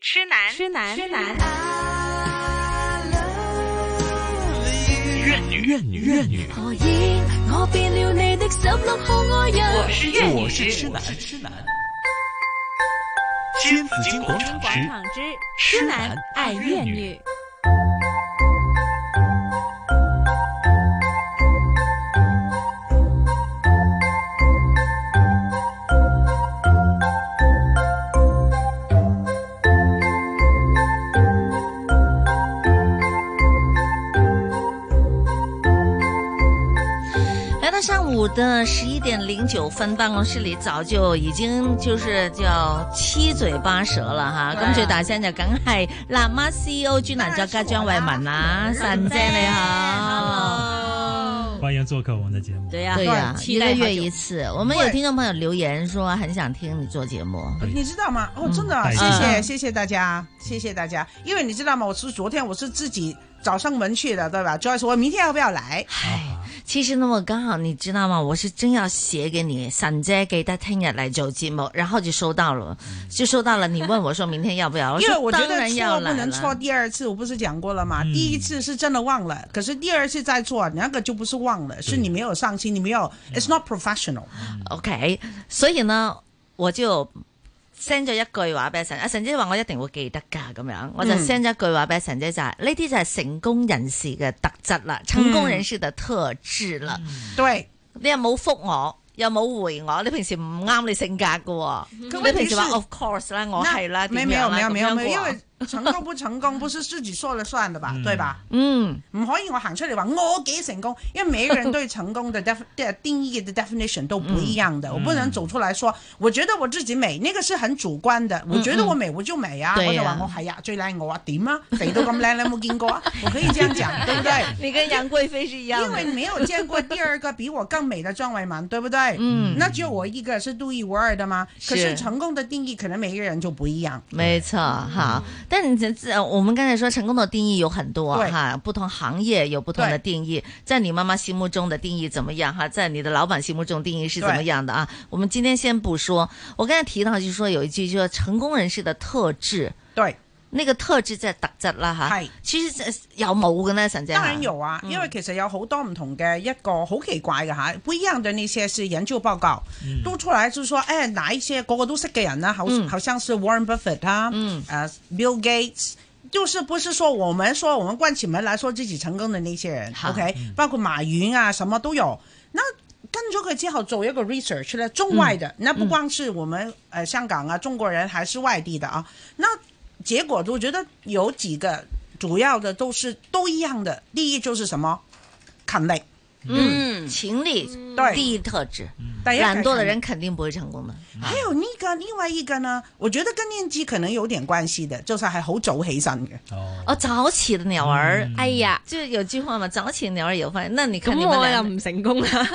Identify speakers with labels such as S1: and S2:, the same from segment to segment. S1: 痴男，
S2: 痴男，
S1: 痴男。
S3: 怨女，怨女，怨女。
S4: 何以我變了你的十六號愛人？
S1: 我是粤女，
S3: 我是痴男，痴男。金紫金广场
S2: 广
S3: 之
S2: 场之
S3: 痴
S2: 痴男
S3: 男
S2: 爱
S3: 爱
S2: 粤
S3: 粤
S2: 女
S3: 女。
S5: 来到上午的十一点零九分，办公室里早就已經就是叫七嘴八舌啦吓，咁最大聲就梗係辣 E 媽 CEO 專欄作家張慧文啦，晨姐你好。
S6: 欢迎做客我们的节目。
S2: 对呀
S5: 对呀、
S2: 期
S5: 一
S2: 待
S5: 个
S2: 好久
S5: 月一次。我们有听众朋友留言说很想听你做节目，
S7: 你知道吗？哦，真的，
S6: 嗯
S7: 谢
S5: 哎
S7: 谢、谢谢大家，谢谢大家。因为你知道吗？我是昨天我是自己找上门去的，对吧？Joyce，我明天要不要来？
S6: 哎
S5: 唉，其实呢，我刚好你知道吗？我是真要写给你，沈姐给他听日嚟做节目，然后就收到了，就收到了。你问我说明天要不要？
S7: 因为
S5: 说
S7: 我觉
S5: 哦当
S7: 得
S5: 然要
S7: 错
S5: 来
S7: 不能
S5: 了
S7: 错第二次，我不是讲过了吗？
S6: 嗯
S7: 第一次是真的忘了，可是第二次再做，那个就不是忘了，是你没有上心，你没有
S6: 嗯
S7: ，it's not professional。
S5: OK，所以呢，我就 send 咗一句話俾阿神，阿神姐話我一定會記得㗎咁樣，我就
S7: 嗯
S5: send 咗一句話俾阿神姐就係呢啲就係成功人士嘅特質
S7: 嗯
S5: 啦，成功人士嘅特質啦。
S7: 对，
S5: 你又冇覆我，又冇回我，你平時唔啱你性格㗎喎。
S7: 咁
S5: 你
S7: 問
S5: 平
S7: 題
S5: 時
S7: 是
S5: 話 of course 啦，我
S7: 那
S5: 係哦啦，
S7: 没
S5: 點
S7: 没
S5: 樣啊
S7: 有
S5: 啦
S7: 没有
S5: 咁
S7: 没
S5: 樣
S7: 有没有，因
S5: 㗎
S7: 为
S5: 喎。
S7: 成功不成功不是自己说了算的吧，
S6: 嗯
S7: 对吧？
S5: 嗯，
S7: 唔可以我行出嚟話我幾 成功，因為每一個人對成功的 def 的定義的 definition 都不一樣的，
S5: 嗯
S7: 我不能走出來說我覺得我自己美，那個是很主觀的，我覺得我美我就美啊，
S5: 嗯對啊
S7: 我就話我係啊最靚我啊點啊肥到咁靚你有冇見過 啊？我可以這樣講，對不對？
S5: 你跟楊貴妃是一樣
S7: 因為
S5: 嘅。
S7: 沒有見過第二個比我更美的張偉文，對不對？
S5: 嗯，
S7: 那只有我一個是獨一無二的嗎？可
S5: 是
S7: 是成功的定義可能每一個人就不一樣。
S5: 没错，
S7: 嗯
S5: 哈。但你这这，我们刚才说成功的定义有很多
S7: 对
S5: 哈，不同行业有不同的定义，在你妈妈心目中的定义怎么样哈？在你的老板心目中定义是怎么样的啊？我们今天先不说，我刚才提到就是说有一句说成功人士的特质，
S7: 對，
S5: 那个特质即系特质啦哈
S7: 係。
S5: 其实这有冇嘅呢？陈姐？
S7: 當然有啊，
S5: 嗯
S7: 因為其實有好多唔同嘅一個好奇怪嘅嚇，不一樣的那些是研究報告、都出來，就說誒、哎、哪一些個個都識嘅人啦、啊，好、
S5: 嗯
S7: 好像是 Warren Buffett 啊，
S5: 嗯
S7: 呃 Bill Gates。就是不是說我們說我們關起門來說自己成功的那些人
S5: 好嗯
S7: ，OK，、包括馬雲啊，什麼都有。那跟咗佢之後做一個 research 咧，中外
S5: 嗯
S7: 的，那不光是我們呃香港啊中國人，還是外地的啊。那结果我觉得有几个主要的都是都一样的。第一就是什么肯力，
S5: 嗯，勤力
S7: 对哎
S5: 第一特质，
S7: 大家
S5: 懒惰的人。肯定不会成功的。
S7: 还有那个另外一个呢，我觉得跟年纪可能有点关系的，就是还好早起身嘅。
S6: 哦，
S5: 哦，早起的鸟儿，
S7: 嗯
S2: 哎呀，
S5: 就有句话嘛，早起鸟儿有饭。那你看
S2: 咁
S5: 你们
S2: 我又
S5: 俩
S2: 唔成 功啦。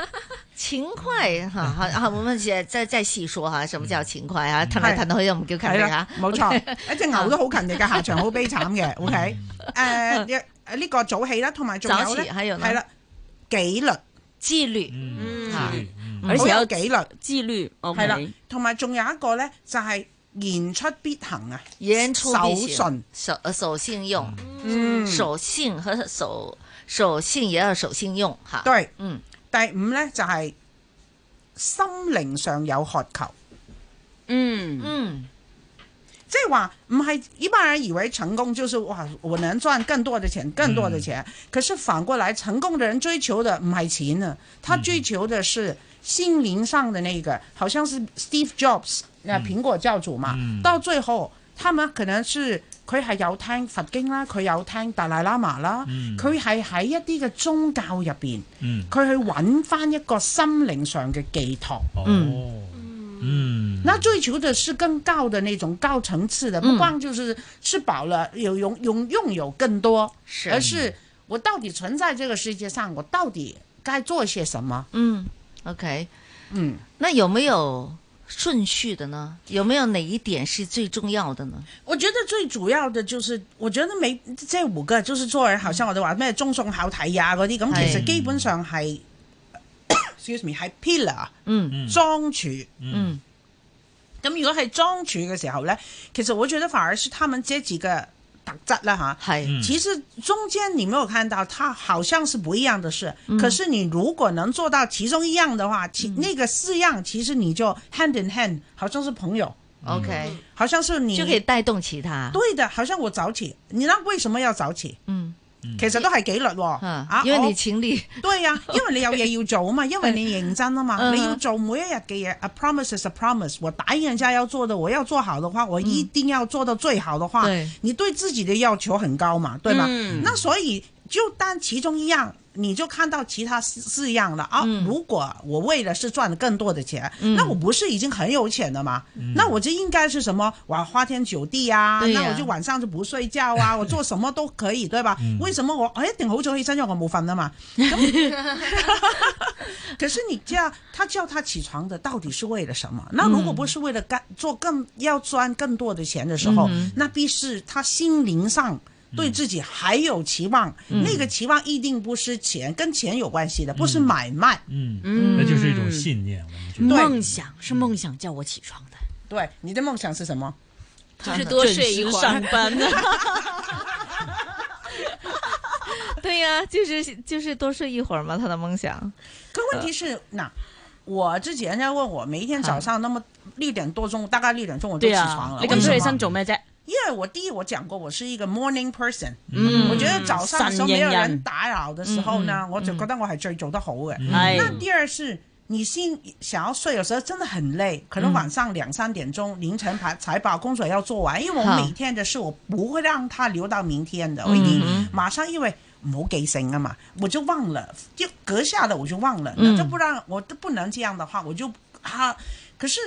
S5: 勤快哈，好，好，我們再再再細說哈，什麼叫勤快啊？騰嚟騰去又唔叫啊勤
S7: 係
S5: 力吓
S7: 啦，，冇錯， 一隻牛都好勤力嘅，下場好悲慘嘅。OK，誒呢個早起啦，同埋仲有
S5: 早起
S7: 咧，
S5: 還有呢
S7: 係啦，紀律，
S5: 紀律，
S6: 嗯，
S2: 嗯，
S5: 啊
S6: 嗯
S2: 而且
S7: 好
S2: 有
S7: 有紀律，
S2: 自律，OK，
S7: 係啦，同埋仲有一個咧就係言出必行啊，
S5: 言出必
S7: 守
S5: 行
S7: 信，
S5: 守呃守信用，
S7: 嗯
S5: 守信和守守信也要守信用哈。
S7: 對。
S5: 嗯，
S7: 第五呢，就係、心靈上有渴求，
S2: 嗯，
S5: 嗯
S7: 即係話唔係一般人以為成功就是哇，我能賺更多的錢，更多的錢。
S6: 嗯
S7: 可是反過來，成功的人追求的唔係錢
S6: 嗯
S7: 啊，他追求的是心靈上的那個，好像是 Steve Jobs 啊，蘋果教主嘛，
S6: 嗯
S7: 到最後他們可能是。佢係有聽佛經啦，佢有聽達賴喇嘛啦
S6: 嗯，
S7: 佢係喺一啲嘅宗教入邊，
S6: 嗯，
S7: 佢去揾翻一個心靈上嘅寄託。
S6: 哦，嗯，
S7: 那追求的是更高的那种高层次的，不光就是吃饱了有拥拥拥有更多，
S5: 是
S7: 而是我到底存在这个世界上，我到底该做些什么？
S5: 嗯，OK，
S7: 嗯，
S5: 那有没有順序的呢？有没有哪一點是最重要的呢？
S7: 我觉得最主要的就是，我觉得每即係胡歌，就是做人，好像我哋話咩中送考題啊嗰啲，咁其
S5: 係
S7: 實基本上呃係嗯 excuse me 係 pillar
S5: 嗯
S6: 嗯
S7: 裝柱。
S5: 嗯
S7: 咁如果係莊主嘅時候呢，其實我覺得反而是他們這幾個特質啦嚇。
S5: 係
S6: 嗯
S7: 其實中間你沒有看到，它好像是不一樣的事。
S5: 嗯
S7: 可是你如果能做到其中一樣的話，其那個四樣其實你就 hand in hand，好像是朋友，
S5: ，OK，
S7: 好像是你
S5: 就可以帶動其他。
S7: 對的，好像我早起。你那為什麼要早起？
S5: 嗯，
S7: 其實都係紀律喎。
S5: 啊，因
S7: 哦
S5: 為你勤力，
S7: 我 對呀、因為你有嘢要做啊嘛，因為你認真啊嘛，
S5: 嗯
S7: 你要做每一日嘅嘢。A promise is a promise，我答應人家要做的，我要做好的話，我
S5: 嗯
S7: 一定要做到最好的話。
S5: 對
S7: 你對自己的要求很高嘛，对吧？
S2: 嗯
S7: 那所以就单其中一样，你就看到其他四四样了啊。
S5: 嗯
S7: 如果我为了是赚更多的钱，那我不是已经很有钱了吗？那我就应该是什么？我要花天酒地啊，
S5: 对呀
S7: 那我就晚上就不睡觉啊，我做什么都可以，对吧？为什么我哎我一定好早起身，因为我冇瞓啊嘛。咁 可是你叫他叫他起床的到底是为了什么？那如果不是为了干做更要赚更多的钱的时候，那必是他心灵上。对自己还有期望，那个期望一定不是钱，跟钱有关系的，不是买卖。
S6: 嗯，那就是一种信念，我们觉得
S2: 梦想是梦想叫我起床的，
S7: 对，你的梦想是什么？
S2: 就是
S5: 多睡一会儿
S2: 啊上 班的。
S5: 對呀，就是 就是多睡一會兒嘛，他的夢想。
S7: 可问题是，那、我之前人家问我，每一天早上那么六点多钟，大概六点钟我就
S2: 對
S7: 起床了。
S2: 啊，你
S7: 为
S2: 咁
S7: 什
S2: 早
S7: 么
S2: 起身做咩啫？
S7: 因为我第一我讲过，我是一个 morning person，、
S2: 嗯
S7: 我觉得早上的时候
S2: 神
S7: 没有
S2: 形
S7: 人
S2: 人
S7: 打扰的时候呢，我就觉得我系最做得好嘅。
S2: 哎
S7: 那第二是。你先想要睡，有时候真的很累，可能晚上两三点钟、凌晨才才把工作要做完，因为我
S5: 好
S7: 每天的事我不会让它留到明天的，我一定马上，因为唔好记性啊嘛，我就忘了，就阁下的我就忘了，那就不让我都不能这样的话，我就啊，可是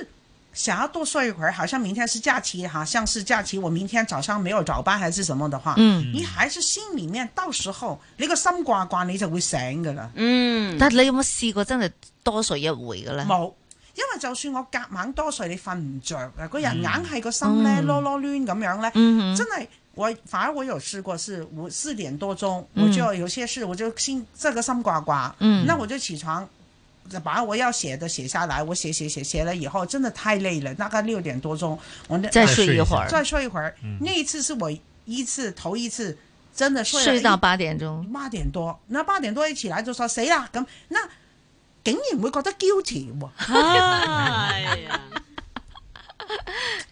S7: 想要多睡一会儿，好像明天是假期哈，像是假期，我明天早上没有早班还是什么的话，
S5: 嗯，
S7: 你还是心里面到时候你个心掛掛，你就會醒噶啦，
S2: 嗯，
S5: 但你有冇試過真係多睡一回嘅咧？
S7: 冇。因為就算我夾硬多睡，你瞓唔着啊！個人硬係個心咧
S5: 嗯
S7: 囉囉攣咁樣咧，
S5: 嗯哼
S7: 真係我反而我有試過是我四點多鐘，
S5: 嗯
S7: 我就有些事我就心這個心掛掛，
S5: 嗯
S7: 那我就起床。把我要写的寫下來，我寫寫寫寫了以後，真的太累了，大概六點多鐘，我那
S5: 再睡一會兒，
S7: 再睡一会儿。
S5: 嗯
S7: 那一次是我一次头一次真的睡了
S5: 睡到
S7: 一
S5: 八點鐘。
S7: 八點多，那八點多一起來就說死啦咁，那竟然會覺得 guilty 喎，
S2: 係啊，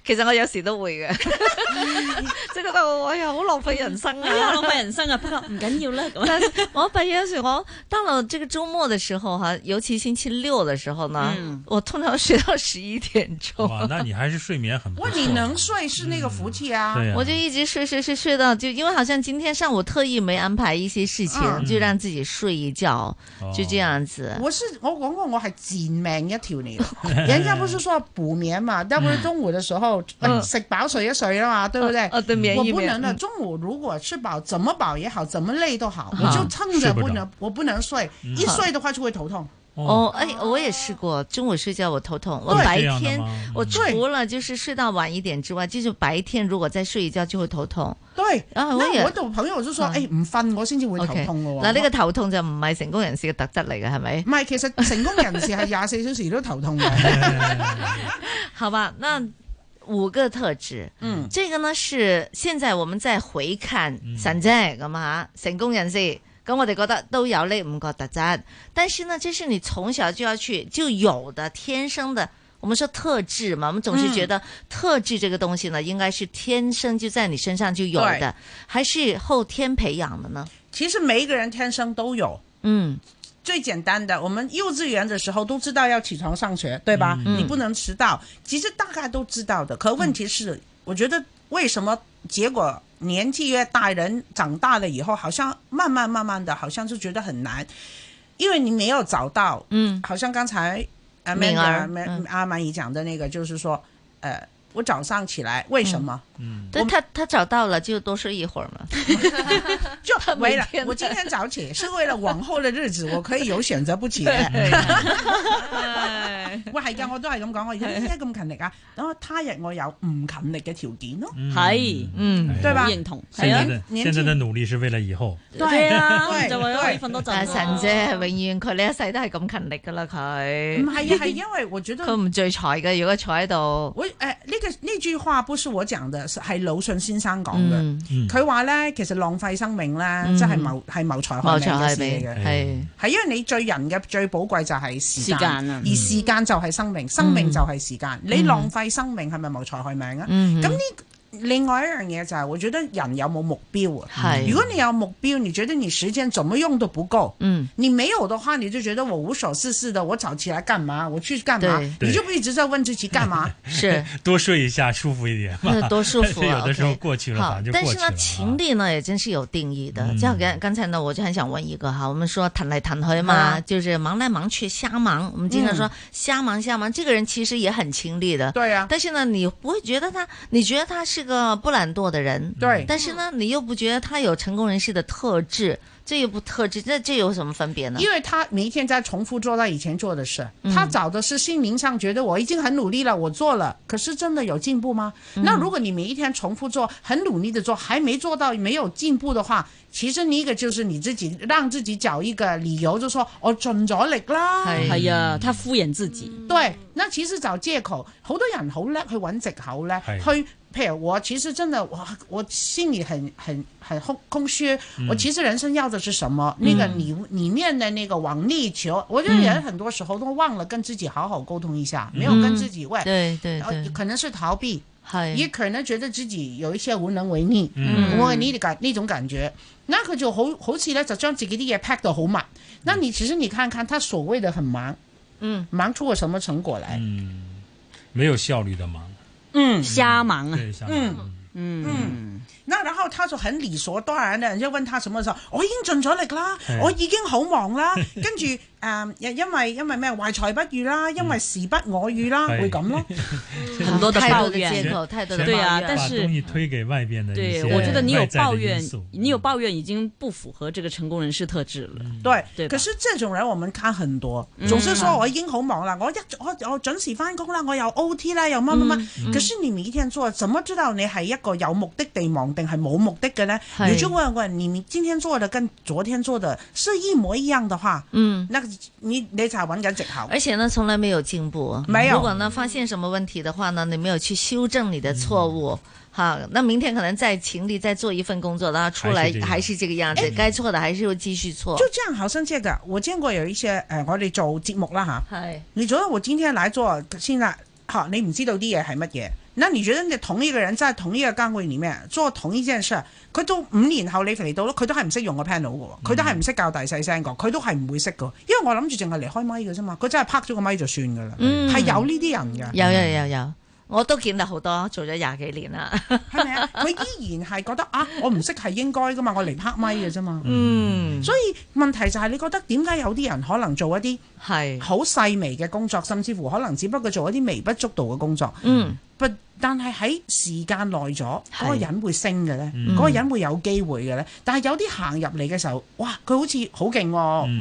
S5: 其實我有時都會嘅， 即係覺得哎呀好浪費人生
S2: 哎呀
S5: 啊！
S2: 浪費人生啊，不過唔緊要啦， 咁
S5: 但是 我本有时我到了这个周末的时候哈，尤其星期六的时候呢，
S2: 嗯
S5: 我通常睡到十一点钟，
S6: 哇，啊那你还是睡眠很不
S7: 哇
S6: 错，
S7: 你能睡是那個福气啊，
S6: 对呀，
S5: 我就一直睡睡睡睡到就因为好像今天上午特意没安排一些事情，
S7: 嗯
S5: 就让自己睡一觉，
S6: 哦
S5: 就这样子。
S7: 我是我講過我係賤命一條嚟嘅， 人家不是說補眠
S5: 嗯
S7: 嘛，但不是中午的時候、呃食飽睡一睡啦嘛，對不對？
S5: 哦，对，免
S7: 我
S5: 疫
S7: 不
S5: 免
S7: 能的，
S5: 疫。
S7: 中午如果吃飽，怎麼飽也好，怎麼累都好，
S5: 嗯
S7: 我就撑
S6: 睡
S7: 着
S6: 不
S7: 不
S6: 着
S7: 能，我不能睡，一睡的話就會頭痛。
S5: 哦，哎，我也试过，中午睡觉我头痛，我
S7: 对
S5: 白
S6: 这样的
S5: 天
S6: 吗
S5: 我
S7: 对
S5: 除了就是睡到晚一点之外，就是白天如果再睡一觉就会头痛。
S7: 對，
S5: 啊我
S7: 那
S5: 也
S7: 我度朋友就說：，
S5: 嗯
S7: 誒唔瞓我先至會頭
S5: OK，
S7: 痛嘅喎。
S5: 嗱呢個頭痛就唔係成功人士嘅特質嚟嘅，係咪？
S7: 唔係，其實成功人士係廿四小時都頭 痛嘅。
S6: 哎
S5: 好吧，那五个特质，
S7: 嗯，
S5: 这个呢是现在我們再回看神啫咁吓，成功人士，咁我哋覺得都有呢五個特質，但是呢，這是你從小就要去就有的天生的。我們說特質嘛，我們總是覺得特質這個東西呢，應該是天生就在你身上就有
S7: 對
S5: 的，還是後天培養的呢？
S7: 其實每一個人天生都有。
S5: 嗯，
S7: 最簡單的，我們幼稚園的時候都知道要起床上學，對吧？
S6: 嗯
S5: 嗯
S7: 你不能遲到，其實大概都知道的。可問題是，我覺得為什麼結果年紀越大，人長大了以後，好像慢慢慢慢的，好像就覺得很難，因為你沒有找到。
S5: 嗯，
S7: 好像剛才啊，呃
S5: 敏
S7: 那
S5: 儿
S7: 个
S5: 嗯
S7: 阿曼姨講的那個，就是說，呃，我早上起来为什么？
S6: 嗯，
S5: 但他他找到了就多睡一会儿嘛。
S7: 就为了
S5: 每天的
S7: 我今天早起是为了往後嘅日子，我可以有選擇不起嘅。 喂，係㗎，我都係咁講，我而家點解咁勤力啊？等我他日我有唔勤力嘅條件咯。
S6: 嗯
S2: 係
S5: 嗯，
S6: 哎
S7: 對吧
S2: 好認同，
S6: 现
S2: 係
S6: 在
S2: 啊，
S6: 的
S7: 年
S6: 现在的努力是为了以后，
S2: 對啊，
S7: 對
S2: 就為咗可以瞓多陣
S5: 但
S2: 啊。
S5: 係神姐係永遠佢呢一世都係咁勤力噶啦，
S7: 唔
S5: 佢
S7: 係啊，係因為我覺得
S5: 佢唔聚財嘅，如果坐喺度，
S7: 我誒呢、個呢句話不是我講的，是係魯迅先生講嘅。
S5: 嗯，
S6: 嗯，
S7: 佢話咧，其實浪費生命咧，
S5: 嗯
S7: 真係謀係謀財
S5: 冇
S7: 害命
S5: 財
S7: 嘅
S5: 係
S7: 事
S5: 咪
S7: 嚟嘅。
S5: 係
S7: 係因為你最人嘅最寶貴就係時
S2: 時
S7: 間，
S2: 間啊
S7: 而，時間就係生命，生命就係時間。你浪費生命係咪謀財害命啊？
S5: 嗯，
S7: 咁呢、另外一樣嘢就係、我覺得人有冇目標啊？
S5: 係
S7: 如果你有目標，你覺得你時間怎麼用都不夠。
S5: 嗯。
S7: 你沒有的話，你就覺得我無所事事的，我早起來幹嘛？我去幹嘛？
S6: 對
S7: 你就不一直在問自己幹嘛？
S5: 是，
S6: 多睡一下舒服一点嘛
S5: 那，多舒服啊
S6: 有的时候
S5: OK
S6: 过去了
S5: 好
S6: 反正，就
S5: 但
S6: 过
S5: 是
S6: 去了啊。
S5: 呢，情侣呢也真是有定义的。
S6: 嗯
S5: 就好刚刚才呢，我就很想问一个哈，我们说谈来谈去嘛，
S7: 啊嗯
S5: 就是忙来忙去，瞎忙。我们经常说瞎忙瞎忙，这个人其实也很清丽 的，
S7: 對啊，
S5: 但是呢，你不会觉得他，你觉得他是个不懒惰的人，
S7: 對。
S5: 但是呢，你又不觉得他有成功人士的特质，这又不特质，那这有什么分别呢？
S7: 因为他每一天在重复做他以前做的事，
S5: 嗯
S7: 他找的是心灵上觉得我已经很努力了，我做了，可是真的有进步吗？那如果你每一天重复做，很努力的做，还没做到没有进步的话，其实你一个就是你自己让自己找一个理由，就说我尽咗力啦。
S5: 係
S2: 係啊，他敷衍自己，
S7: 對，那其實找借口，好多人好叻去揾藉口咧，
S6: 係
S7: 去譬如我其實真的我我心裡很很很空空虛，
S5: 嗯
S7: 我其實人生要的是什麼？那個理理念的那個往力求，我
S5: 嗯
S7: 觉得人很多時候都忘了跟自己好好溝通一下，没有跟自己喂，
S5: 嗯对对
S7: 呃
S5: 对，
S7: 可能是逃避，也
S5: 系，
S7: 可能覺得自己有一些無能為力。
S6: 嗯
S7: 我呢啲感呢種感覺，那佢就好好似咧就將自己啲嘢 pack 到好密。那你其實你看看，他所謂的很忙，
S5: 嗯，
S7: 忙出個什麼成果來？
S6: 嗯，没有效率的忙，
S7: 嗯，
S2: 瞎忙啊，
S6: 对，像
S7: 嗯
S2: 嗯，
S7: 那然後他就很理所當然啦，人家問他什麼時候，我已經盡咗力啦
S6: 係，
S7: 我已經好 忙啦，跟住誒，呃因因為因為咩懷才不遇啦，因為時不我與啦，
S6: 係
S7: 會咁咯。
S2: 很多的
S5: 太多
S2: 抱
S5: 的借
S2: 怨。
S5: 口，太多的
S6: 全
S5: 抱
S2: 对啊
S5: 怨
S2: 但
S6: 把
S2: 是
S6: 东西推给外边的一
S2: 对
S6: 些，
S2: 我觉得你有
S6: 外在的
S2: 抱怨
S6: 因素，
S2: 你有抱怨已经不符合这个成功人士特质了。
S7: 對，
S2: 對吧
S7: 可是這種人我們看很多，總是說我已經好忙啦，我一我我準時翻工啦，我又 O T 啦，又乜乜乜。可是你每一天做，怎麼知道你係一個有目的地忙定係冇目的嘅呢？
S5: 係
S7: 你就問問你你今天做的跟昨天做的是一模一樣的話，
S5: 嗯。
S7: 那你你就係揾緊藉口。
S5: 而且呢，从来没有进步。
S7: 没有
S5: 如果呢，发现什么问题的话呢，你没有去修正你的错误。好，那明天可能在勤力再做一份工作，然后出来
S6: 还是这个
S5: 还是这个样子，该错的还是会继续错
S7: 就。这样好像这个，我见过有一些诶、呃我哋做節目啦吓，
S5: 系，
S7: 你覺得我今天來做先啦，好，你唔知道啲嘢係乜嘢，那你覺得你同一個人在同一個崗位裡面做同一件事，佢到五年後你嚟到咯，佢都係唔識用個 panel 嘅
S5: 嗯
S7: 喎，佢都係唔識教大細聲講，佢都係唔會識嘅，因為我諗住淨係嚟開咪嘅啫嘛，佢真係拍咗個咪就算㗎啦，係、
S5: 嗯
S7: 有呢啲人㗎，
S5: 有有有有，我都见到好多，做咗廿几年啦。
S7: 係咪啊？佢依然係覺得啊，我唔識係應該㗎嘛，我嚟拍咪嘅啫嘛，
S5: 嗯，
S7: 所以問題就係你覺得點解有啲人可能做一啲
S5: 系，
S7: 好細微嘅工作，甚至乎可能只不過做一啲微不足道嘅工作。
S5: 嗯，
S7: 不，但係喺時間耐咗，
S5: 係
S7: 嗰個人會升嘅咧，
S6: 嗯
S7: 嗰個人會有機會嘅咧。但係有啲行入嚟嘅時候，哇！佢好似好勁
S6: 嗯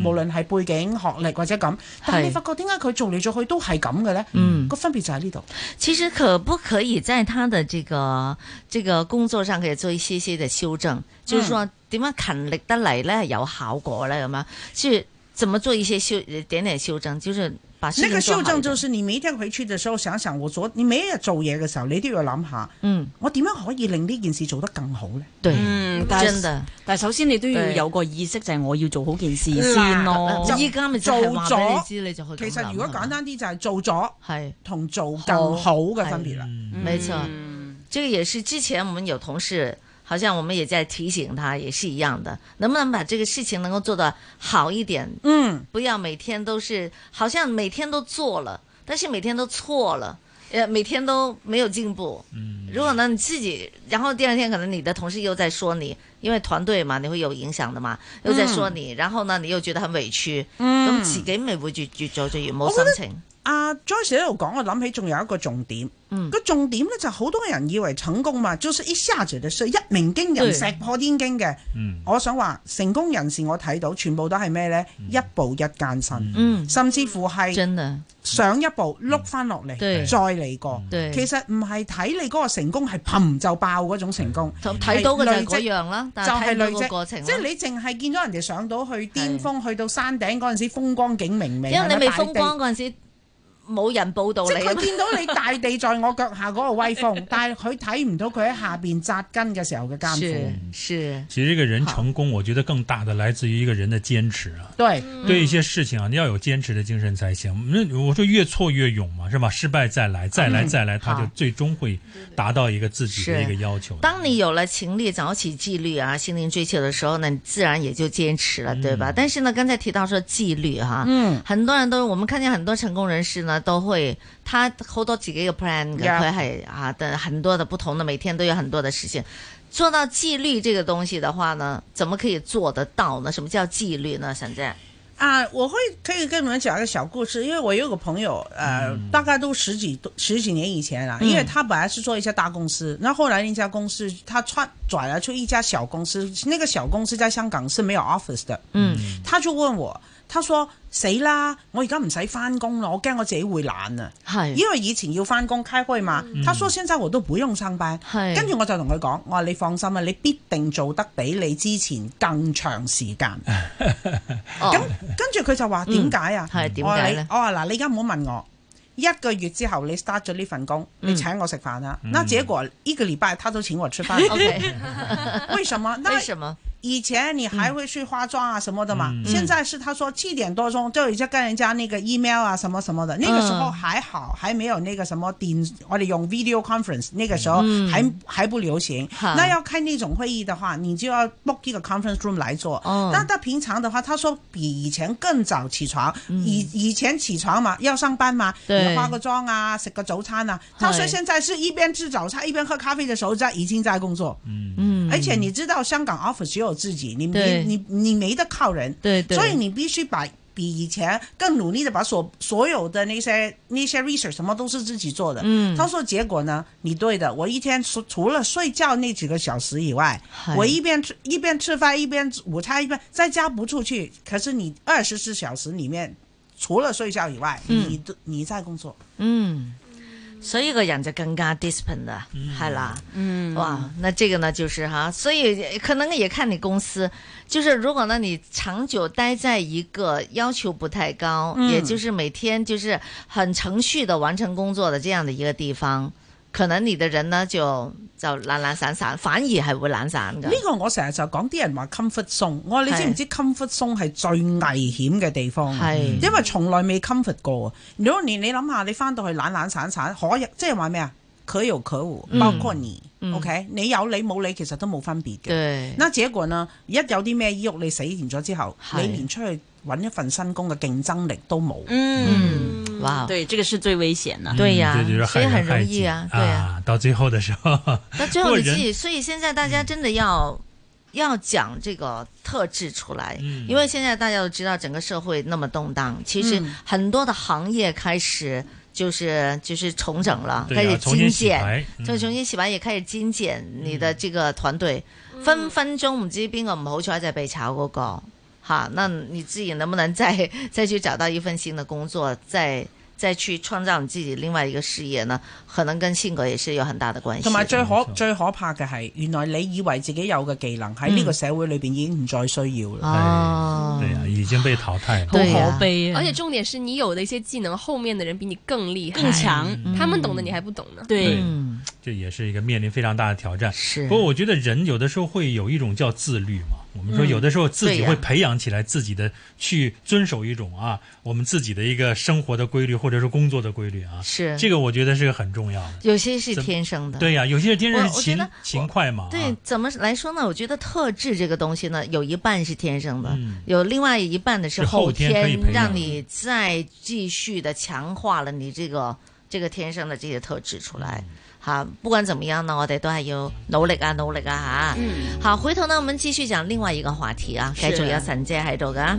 S7: 喎，無論係背景、學歷或者咁，但係你
S5: 係
S7: 發覺點解佢做嚟做去都係咁嘅咧？
S5: 嗯
S7: 個分別就喺呢度。
S5: 其实可不可以在他的这个这个工作上，可以做一些些的修正，就是
S7: 嗯
S5: 说点样勤力得嚟咧有效果咧咁样，是怎么做一些修呃点点修正，就是把事
S7: 那
S5: 情
S7: 個
S5: 做好
S7: 修
S5: 一
S7: 正
S5: 点
S7: 就是你每一天回去嘅時候，想一想我做，你每一日做嘢嘅時候，你都要諗下，
S5: 嗯，
S7: 我點樣可以令呢件事做得更好咧？
S5: 對，
S2: 嗯，但
S5: 真
S2: 係
S5: 的。
S2: 但係首先你都要
S5: 對
S2: 有個意識，就係我要做好件事先咯。
S7: 哦
S2: 嗯
S7: 就
S5: 依家咪就係話俾你
S7: 做咗
S5: 知，你就去
S7: 其
S5: 咁
S7: 實
S5: 諗啊
S7: 如果
S5: 係嘛
S7: 簡單啲就係做咗
S5: 係
S7: 同做更好嘅分別啦。
S6: 嗯，
S5: 没错
S2: 嗯
S5: 这个也是之前我们有同事，好像我们也在提醒他，也是一样的，能不能把这个事情能够做得好一点，
S7: 嗯，
S5: 不要每天都是好像每天都做了，但是每天都错了，呃，每天都没有进步。
S6: 嗯
S5: 如果呢你自己，然后第二天可能你的同事又在说你，因为团队嘛，你会有影响的嘛，
S7: 嗯
S5: 又在说你，然后呢你又觉得很委屈，咁、自己咪会越越做就越冇心情。
S7: 阿 Joyce 喺度講，我諗起仲有一個重點。
S5: 嗯
S7: 個重點咧就好多人以為成功嘛，就是一下子就衰，一鳴驚
S5: 對
S7: 人，石破天驚嘅。
S6: 嗯，
S7: 我想話成功人士，我睇到全部都係咩呢？一步一艱辛，
S5: 嗯，
S7: 甚至乎係
S5: 真的，
S7: 上一步碌翻落嚟，
S5: 對嗯
S7: 再嚟過。
S5: 對，
S7: 其實唔係睇你嗰個成功係嘭就爆嗰種成功，
S5: 睇睇到嘅就係嗰樣啦，嗯但係睇唔到個過程啦
S7: 即係你淨係見到人哋上到去巔峰，去到山頂嗰陣時風光景明媚，
S5: 因為你未
S7: 係咪
S5: 風光嗰陣時，冇人報道
S7: 大
S5: 你
S7: 地。即
S5: 啊
S7: 係
S5: 嘛
S7: 佢，見到你大地在我腳下嗰個威 風，但係佢睇唔到佢喺下邊扎根嘅時候嘅艱苦。
S5: 是是，
S6: 其实这个人成功，我觉得更大的来自于一个人的坚持啊。
S7: 對，
S6: 对一些事情啊，你要有坚持的精神才行。那我说越挫越勇嘛，是吧？失败再来，再来再来，他就
S5: 好
S6: 最终会达到一个自己的
S5: 是
S6: 一个要求的。
S5: 当你有了勤力、早起、纪律啊，心灵追求的时候呢，你自然也就坚持了，对吧？但是呢，刚才提到说纪律哈、
S7: 嗯，
S5: 很多人都我们看见很多成功人士呢，都会他好多自己嘅 plan 嘅，
S7: Yeah
S5: 佢系啊的很多的不同的，每天都有很多的事情。做到纪律这个东西的话呢，怎么可以做得到呢？什么叫纪律呢？沈姐，
S7: 啊，我会可以跟你们讲一个小故事，因为我有个朋友，呃，
S5: 嗯
S7: 大概都十几多十几年以前了，因为他本来是做一家大公司，那后来那家公司他转转了去一家小公司，那个小公司在香港是没有 office 的，
S5: 嗯，
S7: 他就问我，他说死啦，我而家唔使翻工啦，我惊我自己会懒啊，
S5: 系
S7: 因为以前要翻工开会嘛，他说现在我都不用上班，
S5: 嗯系，
S7: 跟住我就同佢講，我話你放心啊，你必定做得比你之前更長時間。
S5: 嗯哦
S7: 咁跟住佢就話點解啊？
S5: 嗯係點
S7: 我話
S5: 解
S7: 你
S5: 呢，
S7: 我話嗱，你而家唔好問我。一個月之後你 start 咗呢份工，你請我食飯啦。那結果一個禮拜他都請我吃飯
S5: ，OK，
S7: 為什麼？那
S5: 哦为什么？
S7: 以前你還會去化妝啊什麼的嘛，
S6: 嗯
S7: 現在是他說七點多鐘就已經跟人家那個 email 啊什麼什麼的，那個時候還好，還沒有那個什麼電，我哋用 video conference，那個時候還、還不流行。
S5: 好
S7: 那要開那種會議的話，你就要 book 一個 conference room 來做。
S5: 哦
S7: 但他平常的話，他說比以前更早起床，以以前起床嘛要上班嘛，
S5: 對
S7: 你化個妝啊，食個早餐啊。他說
S5: 係
S7: 現在是一邊吃早餐一邊喝咖啡的時候在已經在工作。
S5: 嗯，
S7: 而且你知道香港 office 只有自己，你
S5: 对
S7: 没你你没得靠人，
S5: 对对，
S7: 所以你必须把比以前更努力的把所所有的那些那些 research 什么都是自己做的。
S5: 嗯
S7: 他说结果呢，你对的，我一天除除了睡觉那几个小时以外，
S5: 是
S7: 我一边吃一边吃饭一边午餐一边在家不出去，可是你二十四小时里面。除了睡觉以外，
S5: 嗯
S7: 你都你在工作，
S5: 嗯，所以个人就更加 discipline 的，系啦，嗯，哇，那这个呢就是哈，所以可能也看你公司，就是如果呢你长久待在一个要求不太高，
S7: 嗯
S5: 也就是每天就是很程序的完成工作的这样的一个地方，可能你的人呢就就懒懒散散，反而系会懒散
S7: 呢、
S5: 嘅，
S7: 個我成日就講啲人話 comfort zone，我話你知唔知 comfort zone 係最危險嘅地方啊？
S5: 系
S7: 因為從來未 comfort 過。啊如果你你諗下，你翻到去懶懶散散，可有即係話咩啊？可有可無，
S5: 嗯
S7: 包括你、o k 你有你冇你，其實都冇分別嘅。
S5: 对，
S7: 那結果呢？一有啲咩醫鬱，你死完咗之後，
S5: 係
S7: 你連出去揾一份新工嘅競爭力都冇。
S2: 嗯，
S5: 哇，
S2: 对，这个是最危险的。
S5: 对呀
S6: 嗯这就是害人
S5: 所以很容
S6: 害
S5: 易
S6: 己
S5: 啊
S6: 啊，
S5: 对呀
S6: 到最后的时 候，
S5: 那最后
S6: 做
S5: 你自
S6: 人嗯
S5: 己，所以现在大家真的要、要讲这个特质出来，
S6: 嗯
S5: 因为现在大家都知道整个社会那么动荡，其实
S7: 嗯
S5: 很多的行业开始就是就是重整了，
S6: 对
S5: 开
S6: 呀、
S5: 始
S6: 重
S5: 精
S6: 新洗
S5: 简，
S6: 牌，
S5: 就重
S6: 嗯
S5: 新洗牌，也开始精简你的这个团队，
S6: 嗯
S5: 分分钟唔知边个唔好彩就係被炒嗰、个，哈，那你自己能不能再 再去找到一份新的工作，再再去创造你自己另外一个事业呢？可能跟性格也是有很大的关系。
S7: 同埋最可
S6: 冇錯
S7: 最可怕嘅係，原來你以為自己有嘅技能喺
S5: 嗯
S7: 呢個社會裏邊已經唔再需要啦。
S5: 哦，
S6: 哎对呀、已经被淘汰了。
S5: 对呀
S2: 好可悲啊，
S1: 而且重点是你有的一些技能，后面的人比你更厉害，
S2: 更强。
S1: 他们懂的你还不懂呢。
S2: 对，
S5: 嗯，
S6: 嗯这也是一个面临非常大的挑战。
S5: 是
S6: 不过我觉得人有的时候会有一种叫自律嘛，我们说有的时候自
S5: 嗯对
S6: 己
S5: 呀
S6: 会培养起来自己的，去遵守一种啊我们自己的一个生活的规律，或者是工作的规律啊。
S5: 是，
S6: 这个我觉得是个很重要的。
S5: 有些是天生的。
S6: 对呀、有些天生
S5: 我
S6: 是
S5: 我觉
S6: 勤
S5: 得
S6: 勤快嘛、啊。
S5: 对，怎么来说呢？我觉得特质这个东西呢，有一半是天生的，
S6: 嗯
S5: 有另外一半的是
S6: 是后
S5: 后
S6: 天可以培养
S5: 让
S6: 的
S5: 你再继续的强化了你这个这个天生的这些特质出来。
S6: 嗯
S5: 好，不管怎么样呢，我得都还有努力啊，努力啊哈。好，回头呢，我们继续讲另外一个话题啊，
S2: 是
S5: 该主要沈姐喺度噶。